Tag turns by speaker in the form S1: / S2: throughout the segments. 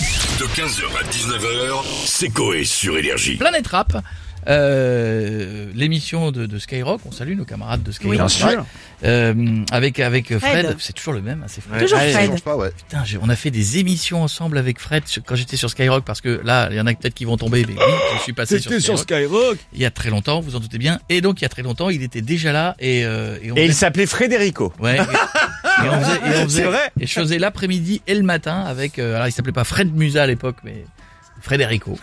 S1: De 15h à 19h, c'est Coé sur Énergie.
S2: Planète Rap, euh, l'émission de, de Skyrock. On salue nos camarades de Skyrock.
S3: bien sûr.
S2: Euh, avec avec Fred,
S3: Fred.
S2: c'est toujours le même, hein, c'est Fred.
S3: Toujours
S4: Ouais, ça
S3: Fred.
S4: change pas, ouais.
S2: Putain, j'ai- on a fait des émissions ensemble avec Fred sur- quand j'étais sur Skyrock parce que là, il y en a peut-être qui vont tomber. Mais oui, je suis passé sur
S5: C'était
S2: Skyrock,
S5: sur Skyrock.
S2: il y a très longtemps, vous en doutez bien. Et donc il y a très longtemps, il était déjà là et euh, on
S4: Et il
S2: faisait-
S4: s'appelait Frédérico.
S2: ouais. et- et on faisait- et on faisait-
S4: C'est vrai
S2: et je faisais l'après-midi et le matin avec. euh, alors, il s'appelait pas Fred Musa à l'époque, mais Frédérico.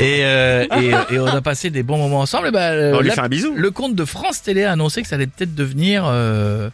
S2: Et, euh, et, et on a passé des bons moments ensemble. Et ben, euh,
S4: On lui
S2: la-
S4: fait un bisou.
S2: le compte de France Télé a annoncé que ça allait peut-être devenir euh,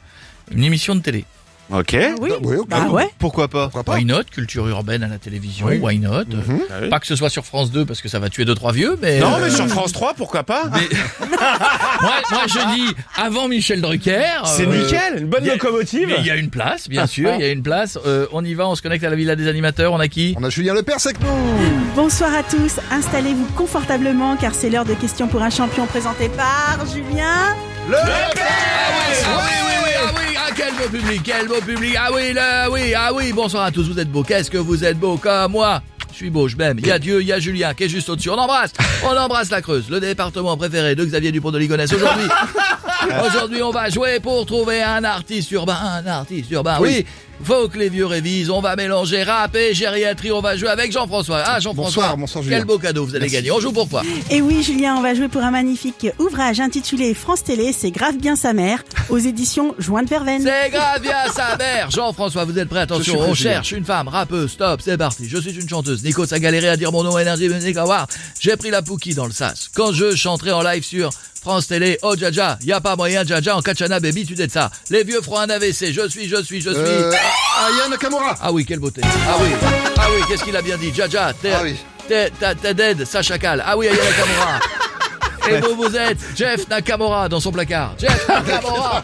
S2: une émission de télé.
S4: Ok.
S3: Oui.
S5: oui, ok.
S3: Bah ouais.
S4: Pourquoi pas
S5: Pourquoi
S6: Ah,
S5: pas
S2: Why not Culture urbaine à la télévision,
S5: Oui.
S2: why not Euh,
S5: Mhm.
S4: Oh. Ah oui.
S2: Pas que ce soit sur France 2 parce que ça va tuer deux trois vieux, mais
S4: Non,
S2: euh,
S4: mais sur France 3, pourquoi pas
S2: mais- moi, moi, je dis avant Michel Drucker.
S4: C'est
S2: euh,
S4: nickel, une bonne
S2: y a-
S4: locomotive.
S2: Mais il y a une place, bien sûr, il y a une place. Euh, on y va, on se connecte à la villa des animateurs. On a qui
S5: On a Julien Lepers avec nous.
S3: Bonsoir à tous. Installez-vous confortablement car c'est l'heure de questions pour un champion présenté par Julien.
S2: Ah oui, oui, oui, ah oui, ah quel beau public, quel beau public. Ah oui, là, oui, ah oui, bonsoir à tous, vous êtes beaux. Qu'est-ce que vous êtes beaux comme moi je suis beau, je m'aime. Il y a Dieu, il y a Julien qui est juste au-dessus. On embrasse, on embrasse la Creuse, le département préféré de Xavier Dupont de Ligonnès. Aujourd'hui, aujourd'hui, on va jouer pour trouver un artiste urbain, un artiste urbain. Oui, faut que les vieux révisent. On va mélanger rap et gériatrie. On va jouer avec Jean-François. Ah, Jean-François,
S5: Bonsoir, bonsoir,
S2: quel
S5: Julien.
S2: beau cadeau vous allez gagner. On joue pour quoi
S3: Et oui, Julien, on va jouer pour un magnifique ouvrage intitulé France Télé, c'est grave bien sa mère, aux éditions Joint de Verveine.
S2: C'est grave, bien sa mère. Jean-François, vous êtes prêt Attention,
S5: Je suis prêt,
S2: on
S5: Julien.
S2: cherche une femme rappeuse. Stop, c'est parti. Je suis une chanteuse. Nico, ça galéré à dire mon nom, énergie, musique, au revoir. J'ai pris la pouki dans le sas. Quand je chanterai en live sur France Télé, oh Jaja, y a pas moyen, Jaja, en Kachana, baby, tu t'es de ça. Les vieux feront un AVC. Je suis, je suis, je suis.
S5: Euh, Aya Nakamura.
S2: Ah oui, quelle beauté. Ah oui, ah oui, qu'est-ce qu'il a bien dit Jaja, t'es,
S5: Ah oui.
S2: t'es- t'as- t'es dead, ça chacal. Ah oui, Aya Nakamura. Et vous, vous êtes Jeff Nakamura dans son placard. Jeff Nakamura.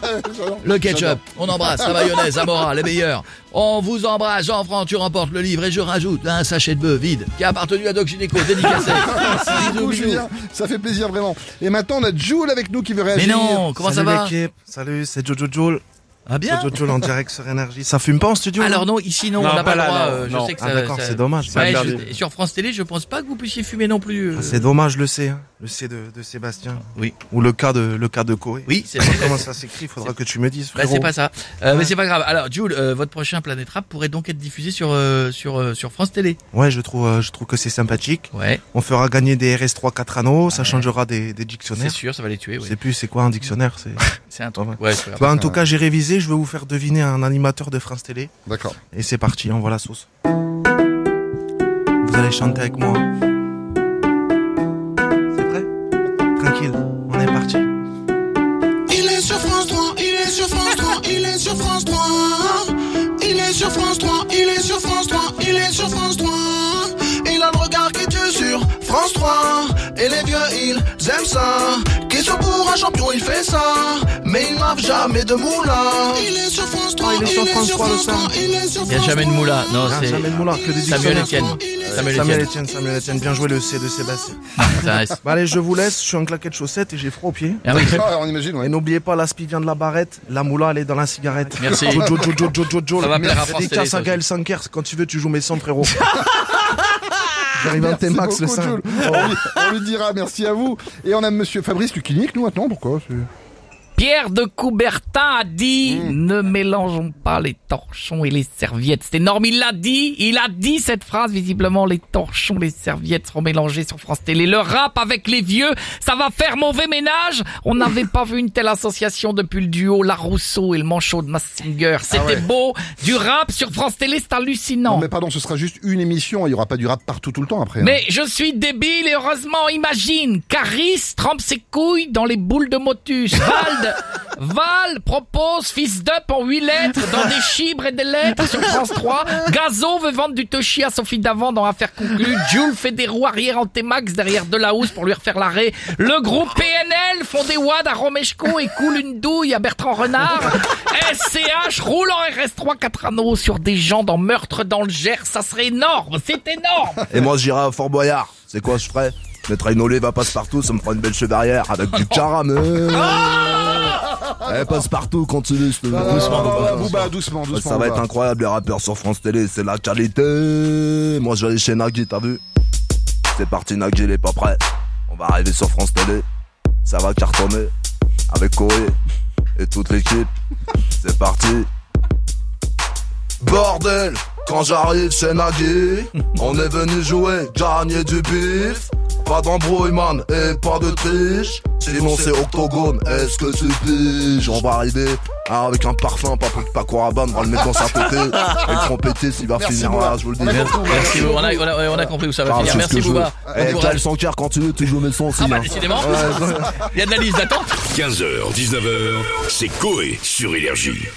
S2: Le ketchup, on embrasse la mayonnaise, Amora, les meilleurs. On vous embrasse, Jean-Franc, tu remportes le livre et je rajoute un sachet de bœuf vide qui a appartenu à Doc Gynéco, dédicacé.
S5: Merci
S2: Bisous,
S5: beaucoup,
S2: bisous.
S5: Julien. Ça fait plaisir vraiment. Et maintenant, on a Jules avec nous qui veut
S2: Mais
S5: réagir.
S2: non, Oh, comment
S7: Salut
S2: ça va
S7: l'équipe. Salut, c'est Jojo Joule.
S2: Ah bien
S7: Jojo Joule en direct sur Énergie. Ça fume pas en studio
S2: Alors
S7: hein
S2: non, ici non,
S4: Non,
S2: on n'a pas
S4: pas
S2: le
S4: là,
S2: droit.
S4: non,
S2: euh, je
S4: non.
S2: sais que
S7: Ah
S2: ça-
S7: d'accord,
S2: ça-
S7: c'est dommage.
S2: Ouais,
S7: C'est
S2: je-
S7: interdit.
S2: sur France Télé, je pense pas que vous puissiez fumer non plus. euh.
S7: Ah, C'est dommage, le C, hein. le C de, de Sébastien.
S2: Oui.
S7: Ou le cas de le cas de Corée.
S2: Oui, c'est vrai.
S7: Comment ça s'écrit Faudra que tu me dises.
S2: Bah,
S7: Frérot.
S2: c'est pas ça. Euh, Mais
S7: Ouais.
S2: c'est pas grave. Alors, Jules, euh, votre prochain Planète Rap pourrait donc être diffusé sur, euh, sur, euh, sur France Télé.
S7: Ouais, je trouve euh, je trouve que c'est sympathique.
S2: Ouais,
S7: On fera gagner des RS3 4 anneaux. Ça changera des, des
S2: c'est
S7: dictionnaires.
S2: sûr, ça va les tuer.
S7: Je
S2: oui.
S7: sais plus c'est quoi un dictionnaire. C'est.
S2: C'est un truc.
S7: Ouais.
S2: Ouais, c'est pas grave.
S7: Bah, en tout cas, j'ai révisé. Je vais vous faire deviner un animateur de France Télé.
S5: D'accord.
S7: Et c'est parti, on voit la sauce. Vous allez chanter avec moi. C'est prêt Tranquille, on est parti.
S8: Il est sur France 3, il est sur France 3, il est sur France 3. Il est sur France 3, il est sur France 3, il est sur France 3. Il a le regard qui tue sur France 3. Et les vieux, ils aiment ça. Question pour un champion, il fait ça. Mais il n'a jamais de moula. Il est sur France 3,
S2: Oh,
S7: il est sur France 3, le sang.
S8: il est sur
S2: Il n'y a
S8: France
S2: jamais de
S8: 3.
S2: moula. Non,
S7: Ah,
S2: c'est
S7: Samuel Moulin, que des
S2: Samuel
S7: dictionnaires.
S2: Etienne. Samuel
S7: Samuel
S2: Etienne. Ah,
S7: Etienne, Samuel Etienne, bien joué le C de Sébastien.
S2: Ça reste-
S7: Bah allez, je vous laisse, je suis en claquette chaussette et j'ai froid aux pieds.
S2: Ah oui.
S5: Ah, on imagine,
S7: Et
S5: ouais.
S7: n'oubliez pas, l'aspi vient de la barrette, la moula elle est dans la cigarette.
S2: Merci.
S7: Jojo, Jojo, Jojo, Jojo.
S2: Ça va plaire à France Télé,
S7: Dédicace
S2: ça
S7: à
S2: aussi.
S7: Gaël Sankers, quand tu veux tu joues mes 100 frérot. J'arrive à un
S5: Merci
S7: T-Max le
S5: beaucoup,
S7: 5.
S5: Jules. on, lui, on lui dira merci à vous. Et on a monsieur Fabrice Lucchini avec nous maintenant. Pourquoi c'est-
S9: Pierre de Coubertin a dit Ne mélangeons pas les torchons et les serviettes. C'est énorme, il l'a dit, il a dit cette phrase. Visiblement, les torchons, les serviettes seront mélangés sur France Télé. Le rap avec les vieux, ça va faire mauvais ménage. On n'avait pas vu une telle association depuis le duo La Rousseau et le manchot de Massinger. C'était beau, du rap sur France Télé, c'est hallucinant.
S5: Non, mais pardon, ce sera juste une émission. Il y aura pas du rap partout tout le temps après. hein.
S9: Mais je suis débile et heureusement, imagine, Caris trempe ses couilles dans les boules de motus. Vald, Val propose fils d'up en huit lettres dans des chibres et des lettres sur France 3. Gazo veut vendre du Toshi à Sophie Davant dans Affaire conclue. Jules fait des roues arrière en T-Max derrière Delahousse pour lui refaire l'arrêt. Le groupe PNL font des wads à Romeshko et coule une douille à Bertrand Renard. SCH roule en RS3 4 anneaux sur des gens dans Meurtre dans le Gers. Ça serait énorme, c'est énorme
S6: Et moi j'irai à Fort Boyard. C'est quoi je ferais Je mettrais une olive à passe-partout, ça me fera une belle chevalière avec du caramel. Eh, passe partout, continue, s'il te plaît.
S5: Doucement, Booba,
S6: Doucement.
S5: Booba, doucement, doucement.
S6: Ça va être
S5: Booba.
S6: incroyable, les rappeurs sur France Télé, c'est la qualité. Euh, Moi, je vais aller chez Nagui, t'as vu C'est parti, Nagui, il est pas prêt. On va arriver sur France Télé. Ça va cartonner. Avec Corée et toute l'équipe. C'est parti. Bordel Quand j'arrive chez Nagui, on est venu jouer, gagner du bif. Pas d'embrouille, man, et pas de triche. Sinon, c'est octogone, est-ce que tu piges On va arriver ah, avec un parfum, pas pas quoi on va le mettre dans sa pété. Et le trompetter s'il va finir là, je vous le dis.
S2: Merci, on a, on a, on a compris où ça va
S6: Ah, c'est
S2: finir.
S6: ce
S2: Merci,
S6: que je
S2: Bouba.
S6: veux. Eh,
S2: Bon
S6: Claude
S2: courage.
S6: Sanquer, quand tu veux, tu joues mes sons aussi.
S2: Ah bah,
S6: hein.
S2: décidément. Il y a de la liste d'attente.
S1: 15h, 19h, c'est Coé sur Énergie.